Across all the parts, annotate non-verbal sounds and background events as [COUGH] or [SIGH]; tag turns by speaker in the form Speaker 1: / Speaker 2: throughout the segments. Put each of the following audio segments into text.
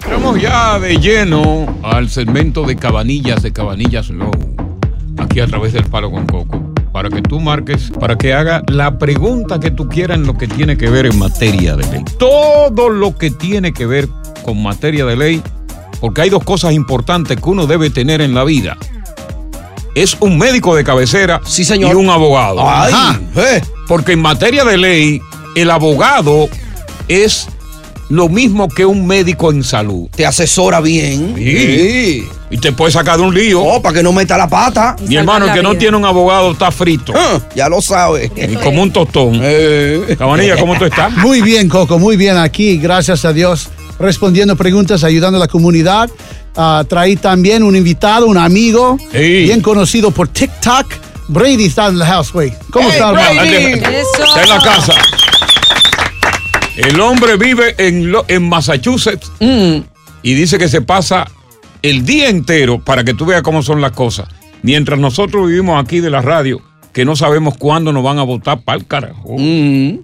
Speaker 1: Entramos ya de lleno al segmento de Cabanillas, de Cabanillas Low, aquí a través del Palo con Coco, para que tú marques, para que haga la pregunta que tú quieras en lo que tiene que ver en materia de ley. Todo lo que tiene que ver con materia de ley, porque hay dos cosas importantes que uno debe tener en la vida. Es un médico de cabecera y un abogado.
Speaker 2: Ajá.
Speaker 1: Porque en materia de ley, el abogado es lo mismo que un médico en salud.
Speaker 2: Te asesora bien.
Speaker 1: Sí. Y te puede sacar de un lío.
Speaker 2: Oh, para que no meta la pata.
Speaker 1: Mi hermano, el que no tiene un abogado está frito.
Speaker 2: Ah, Ya lo Eh. sabes.
Speaker 1: Y como un
Speaker 2: [LAUGHS]
Speaker 1: tostón.
Speaker 3: [LAUGHS]
Speaker 1: Cabanilla, ¿cómo tú estás?
Speaker 3: Muy bien, Coco, muy bien aquí, gracias a Dios, respondiendo preguntas, ayudando a la comunidad. Ah, traí también un invitado, un amigo,
Speaker 1: Sí.
Speaker 3: bien conocido por TikTok. Brady está en la house, güey. ¿Cómo
Speaker 2: Hey,
Speaker 3: está, hermano?
Speaker 2: Brady.
Speaker 4: Eso.
Speaker 1: Está en la casa. El hombre vive en, lo- en Massachusetts
Speaker 2: Mm.
Speaker 1: y dice que se pasa el día entero para que tú veas cómo son las cosas. Mientras nosotros vivimos aquí de la radio, que no sabemos cuándo nos van a votar para el carajo.
Speaker 2: Mm.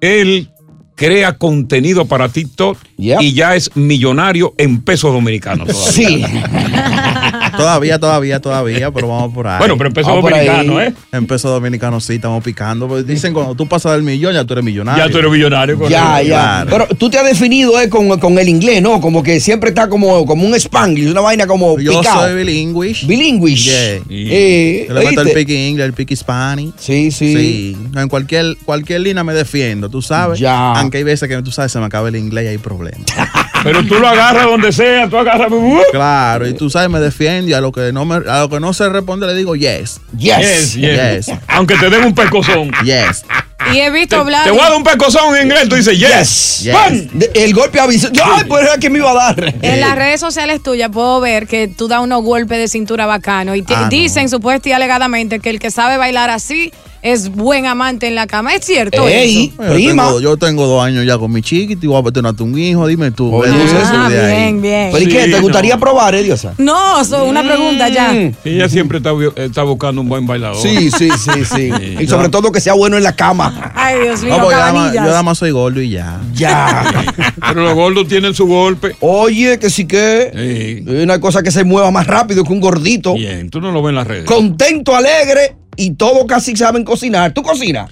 Speaker 1: Él crea contenido para TikTok
Speaker 2: Yep.
Speaker 1: y ya es millonario en pesos dominicanos. todavía.
Speaker 2: Sí.
Speaker 5: [LAUGHS] Todavía, todavía, todavía, pero vamos por ahí.
Speaker 1: Bueno, pero en pesos
Speaker 2: Vamos por ahí.
Speaker 1: dominicanos, ¿eh?
Speaker 5: Empezó dominicano, sí, estamos picando. pues dicen, cuando tú pasas del millón, ya tú eres millonario.
Speaker 1: Ya tú eres millonario.
Speaker 2: Ya,
Speaker 1: correcto.
Speaker 2: ya.
Speaker 5: Claro.
Speaker 2: Pero tú te has definido eh, con, con el inglés, ¿no? Como que siempre está como, como un spanglish, una vaina como
Speaker 5: Yo
Speaker 2: picado.
Speaker 5: soy bilingüe.
Speaker 2: Bilingüe.
Speaker 5: Yeah.
Speaker 2: Eh,
Speaker 5: Yo le meto el
Speaker 2: ¿oíste?
Speaker 5: pique inglés, el pique hispanic.
Speaker 2: Sí, sí.
Speaker 5: Sí. En cualquier, cualquier línea me defiendo, tú sabes.
Speaker 2: Ya.
Speaker 5: Aunque hay veces que tú sabes, se me acaba el inglés y hay problemas.
Speaker 1: [LAUGHS] Pero tú lo agarras donde sea, tú agarras. uh,
Speaker 5: claro, y tú sabes, me defiendo y a lo que no, me, a lo que no se responde le digo yes.
Speaker 2: Yes.
Speaker 1: Yes, yes.
Speaker 5: Yes.
Speaker 1: Aunque te den un pescozón.
Speaker 5: Yes.
Speaker 4: Y he visto
Speaker 1: Te,
Speaker 4: hablar.
Speaker 1: te voy a dar un pescozón en inglés, tú dices yes.
Speaker 5: Yes.
Speaker 1: ¡Pam!
Speaker 2: De- El golpe avisó. Ay, pues era que me iba a dar.
Speaker 4: En las redes sociales tuyas puedo ver que tú das unos golpes de cintura bacano y te-
Speaker 5: Ah, no.
Speaker 4: dicen supuestamente y alegadamente que el que sabe bailar así es buen amante en la cama. ¿Es cierto
Speaker 2: [LAUGHS] Ey,
Speaker 5: Yo
Speaker 2: prima.
Speaker 5: tengo, yo tengo dos años ya con mi chiquita y voy a meter una un hijo, dime tú.
Speaker 2: Oye,
Speaker 4: eso?
Speaker 5: reduce eso
Speaker 4: Ah,
Speaker 5: de ahí.
Speaker 4: bien, bien.
Speaker 2: ¿Pero y qué?
Speaker 1: Sí,
Speaker 2: ¿Te
Speaker 1: no.
Speaker 2: gustaría probar, eh, Diosa?
Speaker 4: No, eso, una pregunta ya.
Speaker 2: Mm.
Speaker 1: Ella siempre está, bu- está buscando un buen bailador.
Speaker 2: Sí,
Speaker 1: [LAUGHS]
Speaker 2: sí, sí, sí. Y sobre todo que sea bueno en la cama.
Speaker 4: Ay, Dios mío,
Speaker 1: Ah,
Speaker 5: No, porque yo nada más- yo
Speaker 4: cabanillas.
Speaker 5: nada más soy gordo y ya.
Speaker 2: Ya.
Speaker 1: Pero los gordos tienen su golpe.
Speaker 2: Oye, que sí que.
Speaker 1: Sí.
Speaker 2: No Una cosa que se mueva más rápido que un gordito.
Speaker 1: Bien, tú no lo ves en las redes.
Speaker 2: Contento, alegre y todos casi saben cocinar. ¿Tú cocinas?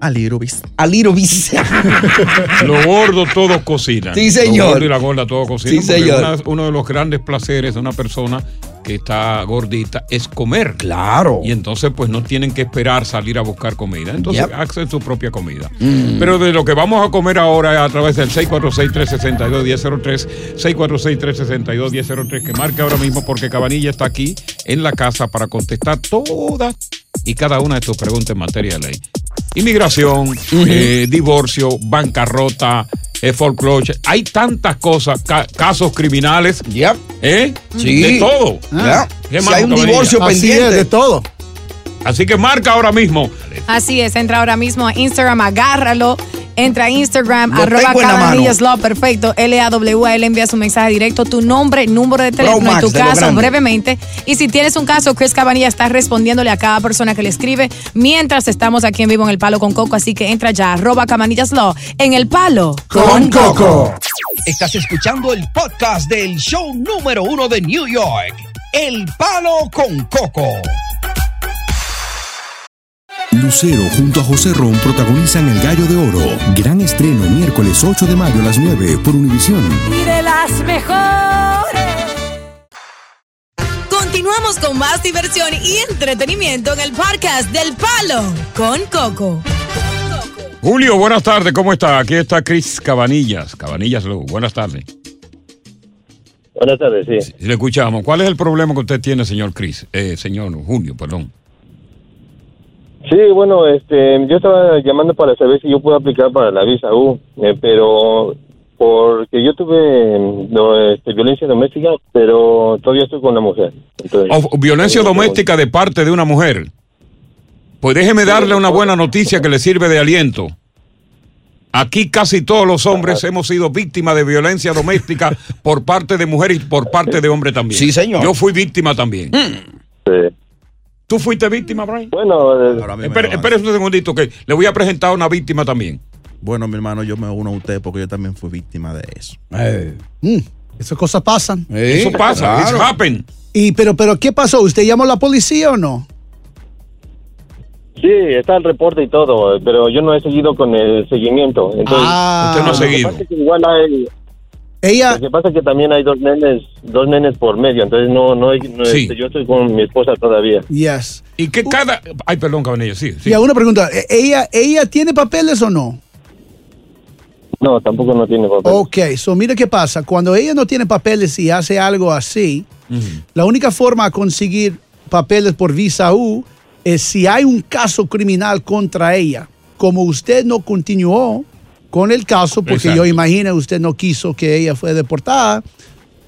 Speaker 5: Al Irubis.
Speaker 2: Al
Speaker 1: [LAUGHS]
Speaker 2: Irobis.
Speaker 1: Los gordos todos cocinan.
Speaker 2: Sí, señor.
Speaker 1: Los gordos y la gorda todos cocinan.
Speaker 2: Sí,
Speaker 1: porque
Speaker 2: señor.
Speaker 1: una- uno de los grandes placeres de una persona que está gordita es comer.
Speaker 2: Claro.
Speaker 1: Y entonces pues no tienen que esperar salir a buscar comida. Entonces
Speaker 2: Yep.
Speaker 1: hacen su propia comida.
Speaker 2: Mm.
Speaker 1: Pero de lo que vamos a comer ahora es a través del 646-362-1003, 646-362-1003, que marque ahora mismo porque Cabanilla está aquí en la casa para contestar todas y cada una de tus preguntas en materia de ley. Inmigración, eh, divorcio, bancarrota, eh, foreclosure. Hay tantas cosas, ca- casos criminales,
Speaker 2: Yep.
Speaker 1: ¿eh?
Speaker 2: Sí.
Speaker 1: De todo.
Speaker 2: Ya.
Speaker 1: ¿Qué
Speaker 2: Si
Speaker 1: más,
Speaker 2: hay un
Speaker 1: Cabanilla?
Speaker 2: divorcio
Speaker 3: Así es, de
Speaker 2: pendiente.
Speaker 3: todo.
Speaker 1: Así que marca ahora mismo.
Speaker 4: Así es, entra ahora mismo a Instagram, agárralo. Entra a Instagram,
Speaker 1: Lo
Speaker 4: arroba
Speaker 1: tengo en la
Speaker 4: Cabanillas Law, perfecto, L-A-W-A-L, envía su mensaje directo, tu nombre, número de teléfono
Speaker 6: Max,
Speaker 4: y tu
Speaker 6: de lo
Speaker 4: caso
Speaker 6: grande.
Speaker 4: brevemente. Y si tienes un caso, Chris Cabanilla está respondiéndole a cada persona que le escribe mientras estamos aquí en vivo en El Palo con Coco, así que entra ya, arroba Cabanillas Law, en El Palo
Speaker 7: Estás escuchando el podcast del show número uno de New York, El Palo con Coco.
Speaker 8: Lucero junto a José Ron protagonizan El Gallo de Oro. Gran estreno miércoles 8 de mayo a las 9 por Univisión.
Speaker 9: Y de las mejores.
Speaker 4: Continuamos con más diversión y entretenimiento en el podcast del Palo con Coco.
Speaker 1: Julio, buenas tardes, ¿cómo está? Aquí está Chris Cabanillas. Cabanillas Lobo, buenas tardes.
Speaker 10: Buenas tardes, sí.
Speaker 1: Le escuchamos. ¿Cuál es el problema que usted tiene, señor Chris? Eh, señor Julio, perdón.
Speaker 10: Sí, bueno, este, yo estaba llamando para saber si yo puedo aplicar para la visa U, eh, pero porque yo tuve mm, no, este, violencia doméstica, pero todavía estoy con la mujer. Entonces,
Speaker 3: Oh,
Speaker 1: O- o violencia doméstica de parte de una mujer. Pues déjeme darle una buena noticia que le sirve de aliento. Aquí casi todos los hombres hemos sido víctimas de violencia doméstica por parte de mujeres y por parte de hombres también. Sí, señor. Mm. Yo fui víctima también.
Speaker 10: Sí.
Speaker 1: ¿Tú fuiste víctima, Brian?
Speaker 10: Bueno, eh,
Speaker 1: espere, espere un segundito que le voy a presentar una víctima también.
Speaker 5: Bueno, mi hermano, yo me uno a usted porque yo también fui víctima de eso.
Speaker 3: Mm, esas cosas pasan.
Speaker 1: Eso pasa, it's happen.
Speaker 3: Y pero, pero ¿qué pasó? ¿Usted llamó a la policía o no?
Speaker 10: Sí, está el reporte y todo, eh, pero yo no he seguido con el seguimiento. Entonces,
Speaker 3: Ah. Usted no ha
Speaker 10: Lo que
Speaker 3: seguido.
Speaker 10: pasa es que igual hay-
Speaker 3: Ella.
Speaker 10: Lo que pasa es que también hay dos nenes, dos nenes por medio, entonces no, no, no,
Speaker 1: Sí.
Speaker 10: este, yo estoy con mi esposa todavía.
Speaker 3: Yes.
Speaker 1: Y que cada. Ay, perdón, cabanillo, sí. sí.
Speaker 3: Y alguna pregunta, ¿e- ¿ella, ¿ella tiene papeles o no?
Speaker 10: No, tampoco no tiene papel.
Speaker 3: Ok, so mira qué pasa. Cuando ella no tiene papeles y hace algo así, la única forma de conseguir papeles por visa U es si hay un caso criminal contra ella. Como usted no continuó con el caso, porque
Speaker 11: Exacto.
Speaker 3: yo imagino usted no quiso que ella fue deportada,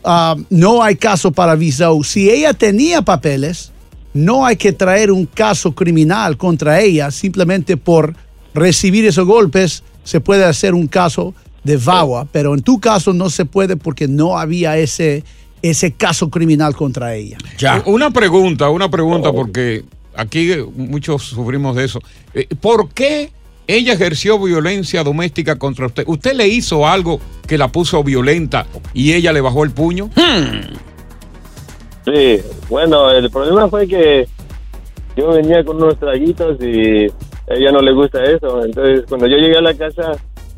Speaker 3: ah, no hay caso para visa U. Si ella tenía papeles, no hay que traer un caso criminal contra ella simplemente por recibir esos golpes. Se puede hacer un caso de VAWA, pero en tu caso no se puede porque no había ese, ese caso criminal contra ella.
Speaker 1: Eh, Una pregunta, una
Speaker 10: Oh.
Speaker 1: pregunta, porque aquí eh, muchos sufrimos de eso. Eh, ¿Por qué ella ejerció violencia doméstica contra usted? ¿Usted le hizo algo que la puso violenta y ella le bajó el puño?
Speaker 10: Sí, bueno, el problema fue que yo venía con unos traguitos y a ella no le gusta eso. Entonces, cuando yo llegué a la casa,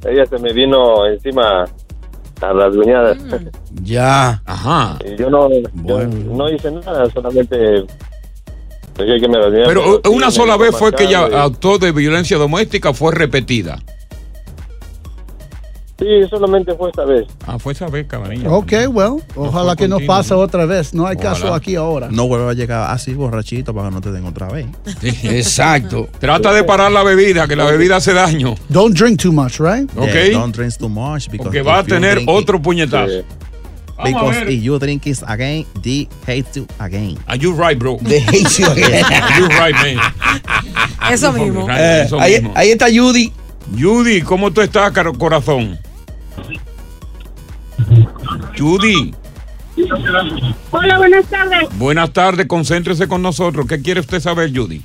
Speaker 10: ella se me vino encima a las dueñadas.
Speaker 2: Ya.
Speaker 1: Mm. Ajá.
Speaker 10: Y yo no, yo no hice nada, solamente dejé que me rasguñara,
Speaker 1: Pero eh,
Speaker 10: sí,
Speaker 1: una
Speaker 10: me
Speaker 1: sola
Speaker 10: estuvo
Speaker 1: vez fue que ella
Speaker 10: marcando y-
Speaker 1: actuó de violencia doméstica, o fue repetida.
Speaker 10: Sí, solamente fue esta vez.
Speaker 1: Ah, fue esa vez, cabanilla.
Speaker 3: Ok, well, ojalá que no pase otra vez. No hay caso aquí ahora.
Speaker 5: No vuelva a llegar así borrachito para que no te den otra
Speaker 3: [LAUGHS]
Speaker 5: vez.
Speaker 2: Exacto.
Speaker 1: Trata de parar la bebida, que la bebida hace daño.
Speaker 3: Don't drink too much, right?
Speaker 1: Ok.
Speaker 5: Yeah, don't drink too much because
Speaker 1: Porque va a
Speaker 5: if you
Speaker 1: tener
Speaker 5: drink
Speaker 1: otro
Speaker 5: it-
Speaker 1: puñetazo.
Speaker 5: Yeah.
Speaker 1: Vamos a
Speaker 5: Because
Speaker 1: ver.
Speaker 5: if you drink it again, they hate you again.
Speaker 1: Are you right, bro? [LAUGHS]
Speaker 2: They hate you again.
Speaker 1: You're right, man.
Speaker 4: Eso mismo.
Speaker 2: Eh, ahí- ahí está Judy.
Speaker 1: Judy, ¿cómo tú estás, caro- corazón? Judy,
Speaker 12: Hola, buenas tardes.
Speaker 1: buenas tardes, concéntrese con nosotros. ¿Qué quiere usted saber, Judy?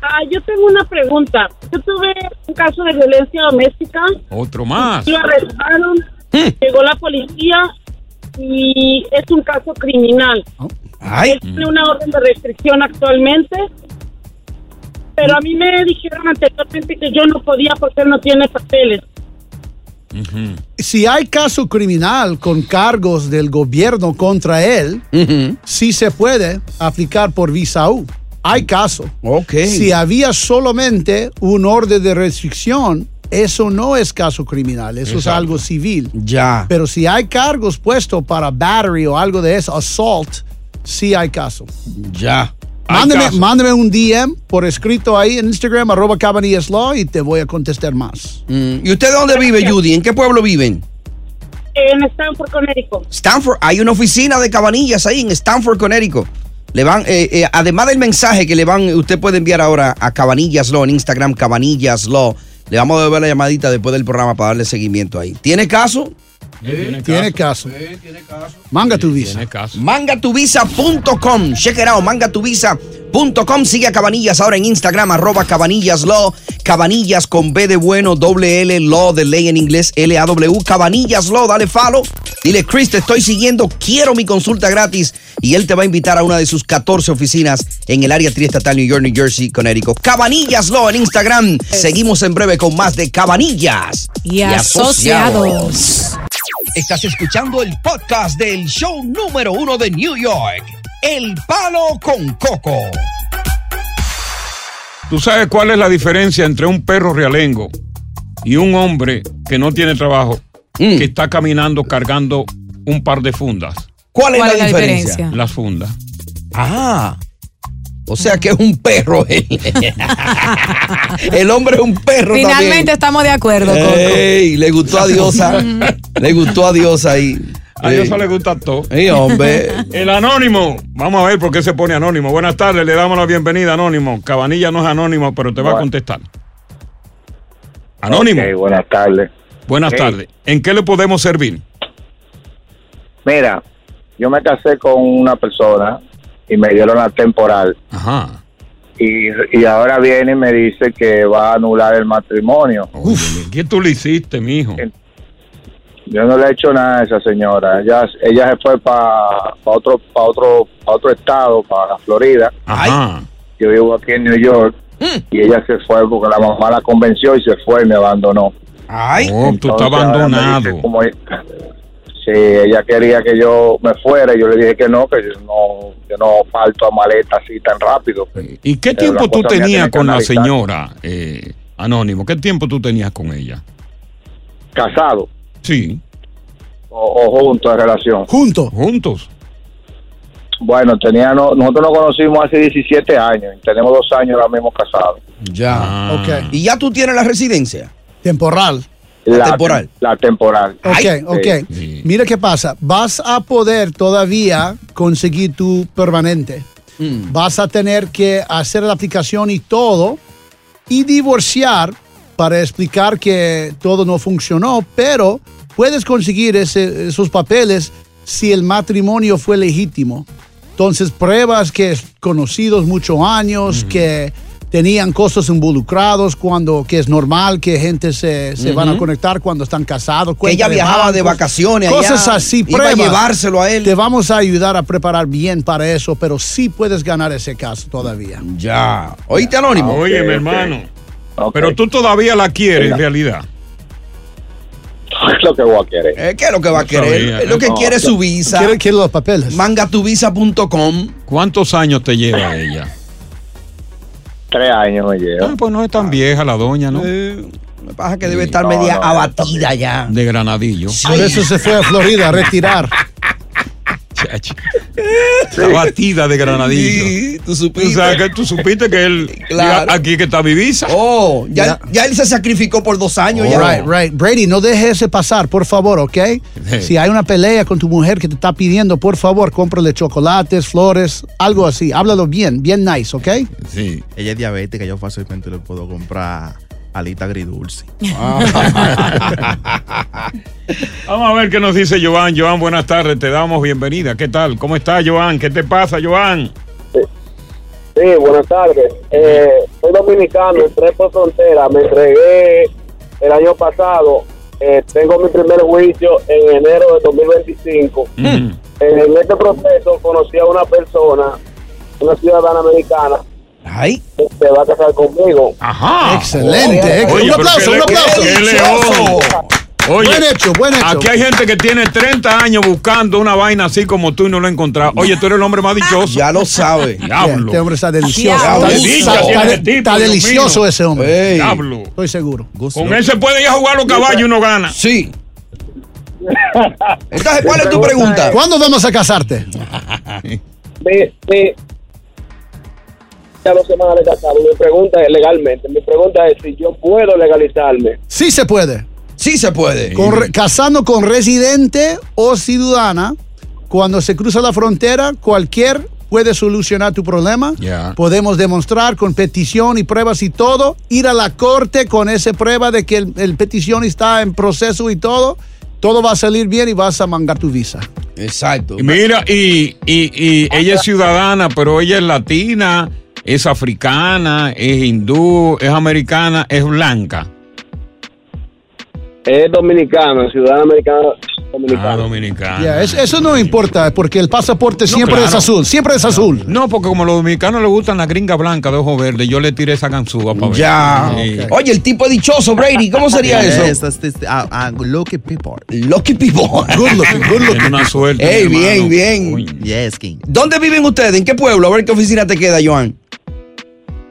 Speaker 12: Ah, yo tengo una pregunta. Yo tuve un caso de violencia doméstica.
Speaker 1: Otro más.
Speaker 12: Lo arrestaron, llegó la policía y es un caso criminal. Él tiene una orden de restricción actualmente. Pero a mí me dijeron anteriormente que yo no podía porque él no tiene papeles.
Speaker 3: Si hay caso criminal con cargos del gobierno contra él, sí se puede aplicar por visa U. Hay caso. Si había solamente un orden de restricción, eso no es caso criminal, eso es
Speaker 2: Exacto.
Speaker 3: algo civil.
Speaker 2: Ya.
Speaker 3: Pero si hay cargos puestos para battery o algo de eso, assault, sí hay caso.
Speaker 2: Ya.
Speaker 3: Mándeme, mándeme un DM por escrito ahí en Instagram, arroba Cabanillas Law, y te voy a contestar más.
Speaker 2: Mm, ¿Y usted dónde vive, Judy? ¿En qué pueblo viven?
Speaker 12: Eh, En Stanford, Connecticut.
Speaker 2: Stanford. Hay una oficina de cabanillas ahí en Stanford, Connecticut. Le van, eh, eh, además del mensaje que le van, usted puede enviar ahora a Cabanillas Law en Instagram, Cabanillas Law. Le vamos a devolver la llamadita después del programa para darle seguimiento ahí. ¿Tiene caso? Ah,
Speaker 3: tiene, caso. Manga tu visa.
Speaker 2: Mangatuvisa.com. Check it out, mangatuvisa.com. Sigue a Cabanillas ahora en Instagram, arroba Cabanillas Law. Cabanillas con B de bueno, doble L, Law de ley en inglés, L-A-W. Cabanillas Law, dale follow. Dile, Chris, te estoy siguiendo, quiero mi consulta gratis. Y él te va a invitar a una de sus 14 oficinas en el área triestatal New York, New Jersey, Connecticut. Cabanillas Law en Instagram. Seguimos en breve con más de Cabanillas
Speaker 4: Y asociados.
Speaker 7: Estás escuchando el podcast del show número uno de New York, El Palo con Coco.
Speaker 1: ¿Tú sabes cuál es la diferencia entre un perro realengo y un hombre que no tiene trabajo,
Speaker 2: Mm.
Speaker 1: que está caminando cargando un par de fundas?
Speaker 2: ¿Cuál es ¿Cuál la es la diferencia? diferencia?
Speaker 1: Las fundas.
Speaker 2: Ah. O sea que es un perro. él. [LAUGHS] el hombre es un perro.
Speaker 4: Finalmente
Speaker 2: también. Eh.
Speaker 4: estamos de acuerdo, Coco.
Speaker 2: Ey, le gustó a Diosa. le gustó a Dios ahí.
Speaker 1: A Dios le gusta todo.
Speaker 2: Ey, hombre.
Speaker 1: [LAUGHS] El anónimo. Vamos a ver por qué se pone anónimo. Buenas tardes, le damos la bienvenida, anónimo. Cabanilla no es anónimo, pero te va a contestar. Anónimo.
Speaker 6: Ok, buenas tardes.
Speaker 1: Buenas
Speaker 6: Ey.
Speaker 1: tardes. ¿En qué le podemos servir?
Speaker 6: Mira, yo me casé con una persona y me dieron la temporal.
Speaker 1: Ajá.
Speaker 6: Y, y ahora viene y me dice que va a anular el matrimonio.
Speaker 1: Oh. ¿Qué tú le hiciste, mijo?
Speaker 6: Yo no le he hecho nada a esa señora. Ella, ella se fue para otro, pa otro, pa otro estado, para Florida.
Speaker 1: Ajá.
Speaker 6: Yo vivo aquí en New York. Y ella se fue porque la mamá la convenció y se fue y me abandonó.
Speaker 2: Ay,
Speaker 1: Oh, tú
Speaker 6: Entonces,
Speaker 1: estás
Speaker 6: ahora me
Speaker 1: abandonado.
Speaker 6: dice como- Sí, ella quería que yo me fuera y yo le dije que no, que yo no, yo no falto a maleta así tan rápido.
Speaker 1: ¿Y qué
Speaker 6: Pero Eh, la
Speaker 1: tiempo
Speaker 6: cosa
Speaker 1: tú
Speaker 6: mía tiene
Speaker 1: tenías
Speaker 6: que
Speaker 1: con la
Speaker 6: analizar.
Speaker 1: señora, eh, Anónimo? ¿Qué tiempo tú tenías con ella?
Speaker 6: Casado
Speaker 1: Sí.
Speaker 6: o, o juntos de relación.
Speaker 3: Juntos.
Speaker 1: Juntos.
Speaker 6: Bueno, tenía, no- nosotros nos conocimos hace 17 años y tenemos dos años ahora mismo casados.
Speaker 2: Ya.
Speaker 3: Ok.
Speaker 2: ¿Y ya tú tienes la residencia?
Speaker 3: Temporal.
Speaker 6: La, temporal. La temporal.
Speaker 3: Ok, ok. Mira qué pasa. Vas a poder todavía conseguir tu permanente.
Speaker 2: Mm.
Speaker 3: Vas a tener que hacer la aplicación y todo y divorciar para explicar que todo no funcionó, pero puedes conseguir ese- esos papeles si el matrimonio fue legítimo. Entonces pruebas que es conocidos muchos años, que tenían cosas involucrados cuando que es normal que gente se, se van a
Speaker 2: Ujú.
Speaker 3: conectar cuando están casados.
Speaker 2: Que ella
Speaker 3: cuenta
Speaker 2: viajaba de
Speaker 3: bancos,
Speaker 2: vacaciones allá,
Speaker 3: Cosas así,
Speaker 2: iba a
Speaker 3: pruebas.
Speaker 2: llevárselo a él.
Speaker 3: Te vamos a ayudar a preparar bien para eso, pero sí puedes ganar ese caso todavía.
Speaker 2: Ya. ¿Oíste, Anónimo?
Speaker 1: Oye, mi hermano. Pero tú todavía la quieres, en realidad.
Speaker 6: Es [LAUGHS] lo que voy a querer.
Speaker 2: Eh, ¿Qué es lo que va a
Speaker 1: No
Speaker 2: querer?
Speaker 1: sabía, eh.
Speaker 2: Es lo que
Speaker 1: no.
Speaker 2: quiere es su visa.
Speaker 3: Quiere, quiere los papeles.
Speaker 2: Mangatuvisa.com.
Speaker 1: ¿Cuántos años te
Speaker 6: [LAUGHS]
Speaker 1: lleva ella?
Speaker 6: Tres años me lleva.
Speaker 1: Ah, pues no es tan vieja la doña, ¿no?
Speaker 2: Me pasa que debe estar media
Speaker 1: no, no,
Speaker 2: abatida ya.
Speaker 1: De Granadillo.
Speaker 3: Por eso se fue a Florida a retirar.
Speaker 1: Chacho. Está batida de granadillo.
Speaker 2: tú
Speaker 1: supiste. que tú supiste que él.
Speaker 2: Claro.
Speaker 1: mira, Aquí que está mi visa.
Speaker 2: Oh, ya, ya él [LAUGHS] se sacrificó por dos años. ya.
Speaker 3: Right, right. Brady, no deje ese pasar, por favor, ¿ok? Si hay una pelea con tu mujer que te está pidiendo, por favor, cómprale chocolates, flores, algo así. Háblalo bien, bien nice, ¿ok?
Speaker 1: Sí.
Speaker 5: Ella es diabética, yo fácilmente le puedo comprar alita
Speaker 2: [LAUGHS]
Speaker 5: agridulce.
Speaker 1: Vamos a ver qué nos dice Joan. Joan, buenas tardes. Te damos bienvenida. ¿Qué tal? ¿Cómo estás, Joan? ¿Qué te pasa, Joan?
Speaker 11: Sí, buenas tardes. Eh, soy dominicano, entré por frontera, me entregué el año pasado. Eh, tengo mi primer juicio en enero de 2025. Eh, en este proceso conocí a una persona, una ciudadana americana,
Speaker 2: Ay.
Speaker 11: que se va a casar conmigo.
Speaker 1: Ajá.
Speaker 3: Excelente, ex- un aplauso, un aplauso.
Speaker 1: Oye,
Speaker 3: Buen hecho, buen hecho.
Speaker 1: Aquí hay gente que tiene 30 años buscando una vaina así como tú y no lo ha encontrado. Oye, tú eres el hombre más dichoso.
Speaker 2: Ya lo sabe.
Speaker 1: [LAUGHS] Diablo.
Speaker 3: Este hombre está delicioso.
Speaker 1: Diablo.
Speaker 3: Está,
Speaker 1: Qué
Speaker 3: está-
Speaker 1: dicha tiene
Speaker 3: está-
Speaker 1: ese tipo,
Speaker 3: está
Speaker 1: Dios
Speaker 3: delicioso
Speaker 1: mío.
Speaker 3: ese hombre.
Speaker 1: Ey. Diablo.
Speaker 3: Estoy seguro.
Speaker 1: Con él se puede ir a jugar los caballos y uno gana.
Speaker 2: Sí. Entonces, ¿cuál es tu pregunta?
Speaker 3: ¿Cuándo vamos a casarte?
Speaker 11: Mi, mi, ya dos semanas de casado. Mi pregunta es legalmente. Mi pregunta es si yo puedo legalizarme.
Speaker 3: Sí se puede.
Speaker 2: Sí se puede.
Speaker 3: Con re- casando con residente o ciudadana, cuando se cruza la frontera, cualquier puede solucionar tu problema.
Speaker 1: Ya.
Speaker 3: Podemos demostrar con petición y pruebas y todo, ir a la corte con esa prueba de que el, el petición está en proceso y todo. Todo va a salir bien y vas a mangar tu visa.
Speaker 2: Exacto.
Speaker 1: Mira, y, y- y ella es ciudadana, pero ella es latina, es africana, es hindú, es americana, es blanca.
Speaker 11: Es dominicano, ciudadano americano. Dominicano.
Speaker 1: dominicano.
Speaker 3: Ya, es- eso no importa, porque el pasaporte siempre es
Speaker 1: claro.
Speaker 3: azul, siempre es azul.
Speaker 1: No, porque como a los dominicanos les gustan las gringas blancas de ojos verdes, yo le tiré esa ganzúa para ver.
Speaker 2: Ya.
Speaker 1: Sí.
Speaker 2: Oye, el tipo dichoso, Brady.
Speaker 3: [LAUGHS]
Speaker 2: ¿Cómo sería eso?
Speaker 5: Yes, that's this- ah, ah, lucky people.
Speaker 2: Lucky people. Good looking, good looking.
Speaker 1: una suerte.
Speaker 2: Ey,
Speaker 5: mi
Speaker 2: bien,
Speaker 5: hermano.
Speaker 2: bien.
Speaker 5: Yes, King.
Speaker 2: ¿Dónde viven ustedes? ¿En qué pueblo? A ver qué oficina te queda, Joan.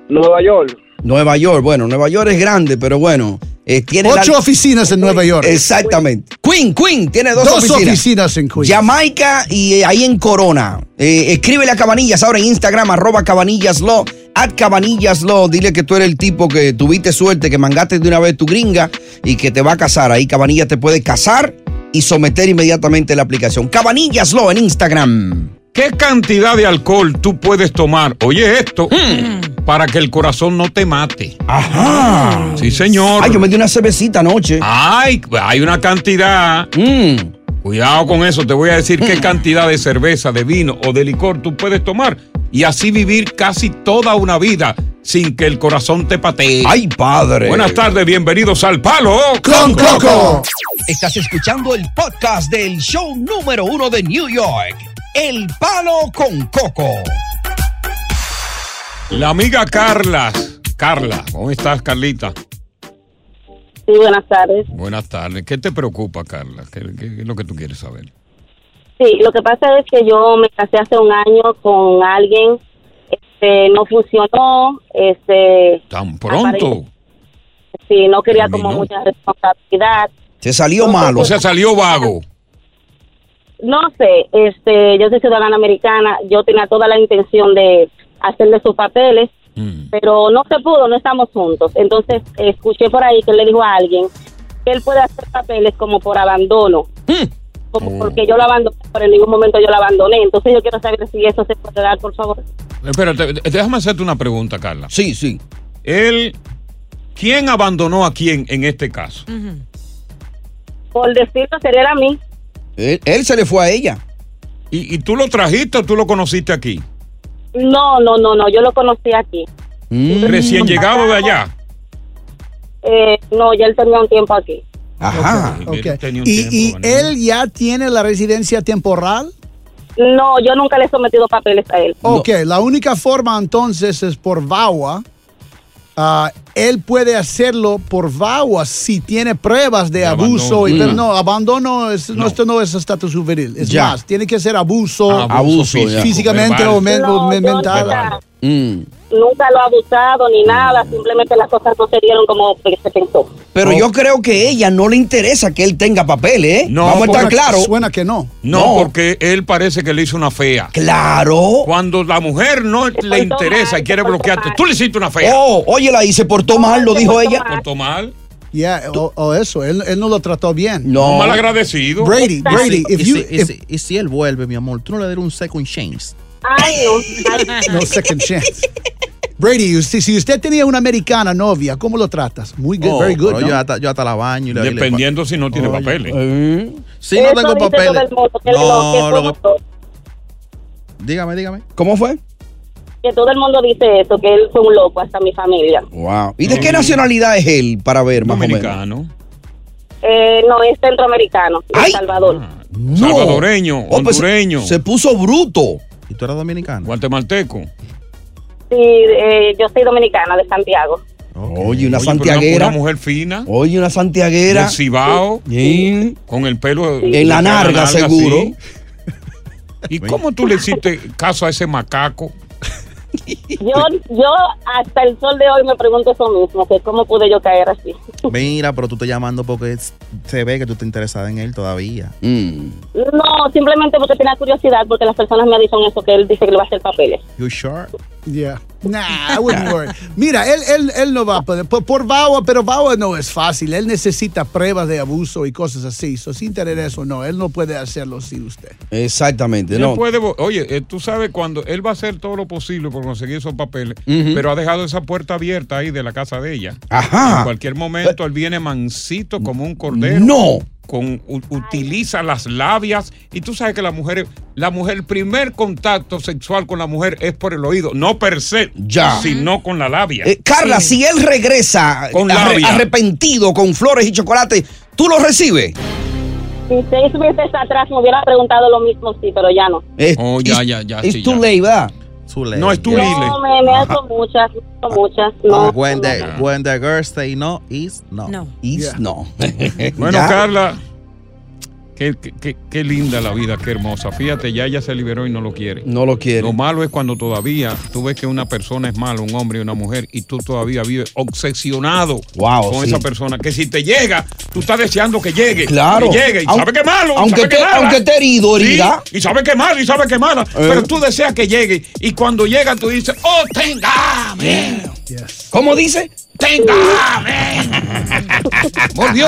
Speaker 11: Nueva York.
Speaker 2: Nueva York. Bueno, Nueva York es grande, pero bueno. eh, tiene
Speaker 3: Ocho
Speaker 2: la-
Speaker 3: oficinas en Nueva York.
Speaker 2: Exactamente. Queen, Queen, tiene dos,
Speaker 3: Dos
Speaker 2: oficinas.
Speaker 3: oficinas en Queens.
Speaker 2: Jamaica y eh, ahí en Corona. Eh, escríbele a Cabanillas ahora en Instagram, arroba cabanillaslo, at cabanillaslo. Dile que tú eres el tipo que tuviste suerte, que mangaste de una vez tu gringa y que te va a casar. Ahí Cabanillas te puede casar y someter inmediatamente la aplicación. Cabanillaslo en Instagram.
Speaker 1: ¿Qué cantidad de alcohol tú puedes tomar? Oye, esto,
Speaker 2: Hmm.
Speaker 1: para que el corazón no te mate.
Speaker 2: Ajá.
Speaker 1: Sí, señor.
Speaker 2: Ay, yo me di una cervecita anoche.
Speaker 1: Ay, hay una cantidad.
Speaker 2: Mm.
Speaker 1: Cuidado con eso, te voy a decir qué cantidad de cerveza, de vino o de licor tú puedes tomar y así vivir casi toda una vida sin que el corazón te patee.
Speaker 2: Ay, padre.
Speaker 1: Buenas tardes, bienvenidos al Palo
Speaker 2: Con Coco.
Speaker 7: Estás escuchando el podcast del show número uno de New York, El Palo con Coco.
Speaker 1: La amiga Carla. Carla, ¿cómo estás, Carlita?
Speaker 13: Sí, buenas tardes.
Speaker 1: Buenas tardes. ¿Qué te preocupa, Carla? ¿Qué, qué- qué es lo que tú quieres saber?
Speaker 13: Sí, lo que pasa es que yo me casé hace un año con alguien, este, no funcionó, este,
Speaker 1: Tan pronto.
Speaker 13: sí, no quería
Speaker 1: Terminó.
Speaker 13: como mucha responsabilidad.
Speaker 2: Se salió
Speaker 1: O sea, salió vago.
Speaker 13: No sé, este, yo soy ciudadana americana, yo tenía toda la intención de hacerle sus papeles, pero no se pudo, no estamos juntos. Entonces, escuché por ahí que él le dijo a alguien que él puede hacer papeles como por abandono. Como
Speaker 3: Oh.
Speaker 13: porque yo lo abandoné, pero en ningún momento yo lo abandoné. Entonces, yo quiero saber si eso se puede dar, por favor.
Speaker 1: Espérate, déjame hacerte una pregunta, Carla.
Speaker 2: Sí, sí.
Speaker 1: Él, ¿quién abandonó a quién en este caso?
Speaker 13: Por decirlo, sería a mí.
Speaker 2: Él, él se le fue a ella.
Speaker 1: ¿Y, y tú lo trajiste o tú lo conociste aquí?
Speaker 13: No, no, no, no, yo lo conocí aquí.
Speaker 2: Mm.
Speaker 1: Recién llegado de allá.
Speaker 13: Eh, no, ya él tenía un tiempo aquí.
Speaker 2: Ajá.
Speaker 3: ¿Y, y él ya tiene la residencia temporal?
Speaker 13: No, yo nunca le he sometido papeles a él.
Speaker 3: Ok, la única forma entonces es por VAWA. Ah, él puede hacerlo por VAWA si tiene pruebas de, abuso.
Speaker 1: abandono.
Speaker 3: y- pero
Speaker 1: Mm.
Speaker 3: no, abandono, es- no, esto no es estatus juvenil. Es
Speaker 2: Ya.
Speaker 3: más, tiene que ser abuso,
Speaker 2: Abuso, ya.
Speaker 3: físicamente o men-
Speaker 13: No,
Speaker 3: o men-
Speaker 13: yo
Speaker 3: mental.
Speaker 13: nunca- Nunca lo ha abusado ni nada, simplemente las cosas no se dieron como que se pensó.
Speaker 2: Pero yo creo que ella no le interesa que él tenga papeles, ¿eh?
Speaker 1: No,
Speaker 2: Vamos a estar
Speaker 1: porque
Speaker 2: claros.
Speaker 3: Suena que no.
Speaker 1: No, porque él parece que le hizo una fea.
Speaker 2: Claro.
Speaker 1: Cuando la mujer no le interesa y quiere bloquearte, tú le hiciste una fea.
Speaker 2: Oh, oye, la se portó mal, lo dijo ella.
Speaker 1: Portó mal.
Speaker 3: Ya, o, o eso, él, él no lo trató bien.
Speaker 2: No.
Speaker 1: Mal agradecido.
Speaker 3: Brady, Brady,
Speaker 5: y,
Speaker 3: if
Speaker 5: si,
Speaker 3: you-
Speaker 5: y
Speaker 3: if-
Speaker 5: si- y si él vuelve, mi amor, tú no le darás un second chance.
Speaker 13: Ay,
Speaker 3: [LAUGHS] no second chance. Brady, usted- si usted tenía una americana novia, ¿cómo lo tratas? Muy good,
Speaker 5: Oh,
Speaker 3: very good.
Speaker 5: pero
Speaker 3: ¿no?
Speaker 5: Yo hasta, yo hasta la baño. Y le,
Speaker 1: Dependiendo si no tiene papeles.
Speaker 2: Mm.
Speaker 5: Si no
Speaker 13: Eso
Speaker 5: tengo
Speaker 13: dice
Speaker 5: papeles.
Speaker 13: todo el mundo, que
Speaker 5: No,
Speaker 13: lo-
Speaker 5: lo
Speaker 13: que
Speaker 5: que-
Speaker 13: todo-
Speaker 5: dígame, dígame.
Speaker 2: ¿Cómo fue?
Speaker 13: que todo el mundo dice eso, que él fue un loco, hasta mi familia.
Speaker 2: Wow. ¿Y de qué nacionalidad es él para ver más
Speaker 1: Dominicano.
Speaker 13: Eh, no, es centroamericano, de El Salvador.
Speaker 1: Salvadoreño, hondureño.
Speaker 2: Oh, pues, se, puso bruto.
Speaker 5: ¿Y tú eras dominicano?
Speaker 1: Guatemalteco.
Speaker 13: Sí, eh, yo soy dominicana, de Santiago.
Speaker 2: Oye, una
Speaker 1: Oye, pero
Speaker 2: santiaguera.
Speaker 1: Una, una mujer fina.
Speaker 2: Oye, una santiaguera.
Speaker 1: del Cibao.
Speaker 2: Sí.
Speaker 1: Con el pelo. eh,
Speaker 2: En la narga, seguro.
Speaker 1: sí. ¿Y cómo tú le hiciste caso a ese macaco?
Speaker 13: Yo, yo hasta el sol de hoy me pregunto eso mismo, que cómo pude yo caer así.
Speaker 5: Mira, pero tú estás llamando porque es- se ve que tú estás interesada en él todavía.
Speaker 2: Mm.
Speaker 13: No, simplemente porque tenía curiosidad, porque las personas me dicen eso, que él dice que le va a hacer papeles.
Speaker 5: You sure?
Speaker 3: Yeah. Nah, I wouldn't worry. Mira, él, él, él no va a poder. Por, por VAWA, pero VAWA no es fácil. Él necesita pruebas de abuso y cosas así. So, sin tener eso, no. Él no puede hacerlo sin usted.
Speaker 2: Exactamente.
Speaker 1: Él
Speaker 2: No.
Speaker 1: puede vo- oye, eh, tú sabes cuando él va a hacer todo lo posible por conseguir esos papeles,
Speaker 2: Ujú.
Speaker 1: pero ha dejado esa puerta abierta ahí de la casa de ella.
Speaker 2: Ajá.
Speaker 1: En cualquier momento él viene mansito como un cordero.
Speaker 2: No.
Speaker 1: Con, u- utiliza las labias y tú sabes que la mujer, la mujer, el primer contacto sexual con la mujer es por el oído, no per se,
Speaker 2: Ya.
Speaker 1: sino con la labia.
Speaker 2: Eh, Carla, si él regresa
Speaker 1: Con
Speaker 2: arre-
Speaker 1: labia.
Speaker 2: arrepentido, con flores y chocolate, ¿tú lo recibes?
Speaker 13: Si seis meses atrás me hubiera preguntado lo mismo, sí, pero ya no.
Speaker 1: oh, ya, ya, ya.
Speaker 2: Es
Speaker 1: sí,
Speaker 2: tu
Speaker 1: ya.
Speaker 2: ley, ¿verdad?
Speaker 1: No, es tu ley.
Speaker 13: No, me, me hago muchas, me hago muchas. No,
Speaker 5: Ah, When the, when the girls say no is no.
Speaker 13: No.
Speaker 2: Is no.
Speaker 1: Bueno,
Speaker 5: Ya.
Speaker 1: Carla, qué, qué- qué- qué linda la vida, qué hermosa. Fíjate, ya ella se liberó y no lo quiere.
Speaker 2: No lo quiere.
Speaker 1: Lo malo es cuando todavía tú ves que una persona es mala, un hombre y una mujer, y tú todavía vives obsesionado
Speaker 2: Wow,
Speaker 1: con
Speaker 2: sí.
Speaker 1: esa persona. Que si te llega, tú estás deseando que llegue.
Speaker 2: Claro.
Speaker 1: Que llegue. Y
Speaker 2: Aun-
Speaker 1: sabe que es malo. y
Speaker 2: aunque
Speaker 1: sabe que
Speaker 2: te-
Speaker 1: es mala.
Speaker 2: aunque esté herido,
Speaker 1: Sí,
Speaker 2: herida. Eh.
Speaker 1: y sabe que es malo, y sabe que es mala. Pero tú deseas que llegue. Y cuando llega, tú dices, ¡Oh, tenga! amén".
Speaker 2: ¿Cómo dice?
Speaker 1: ¡Tenga! ¡Mordió!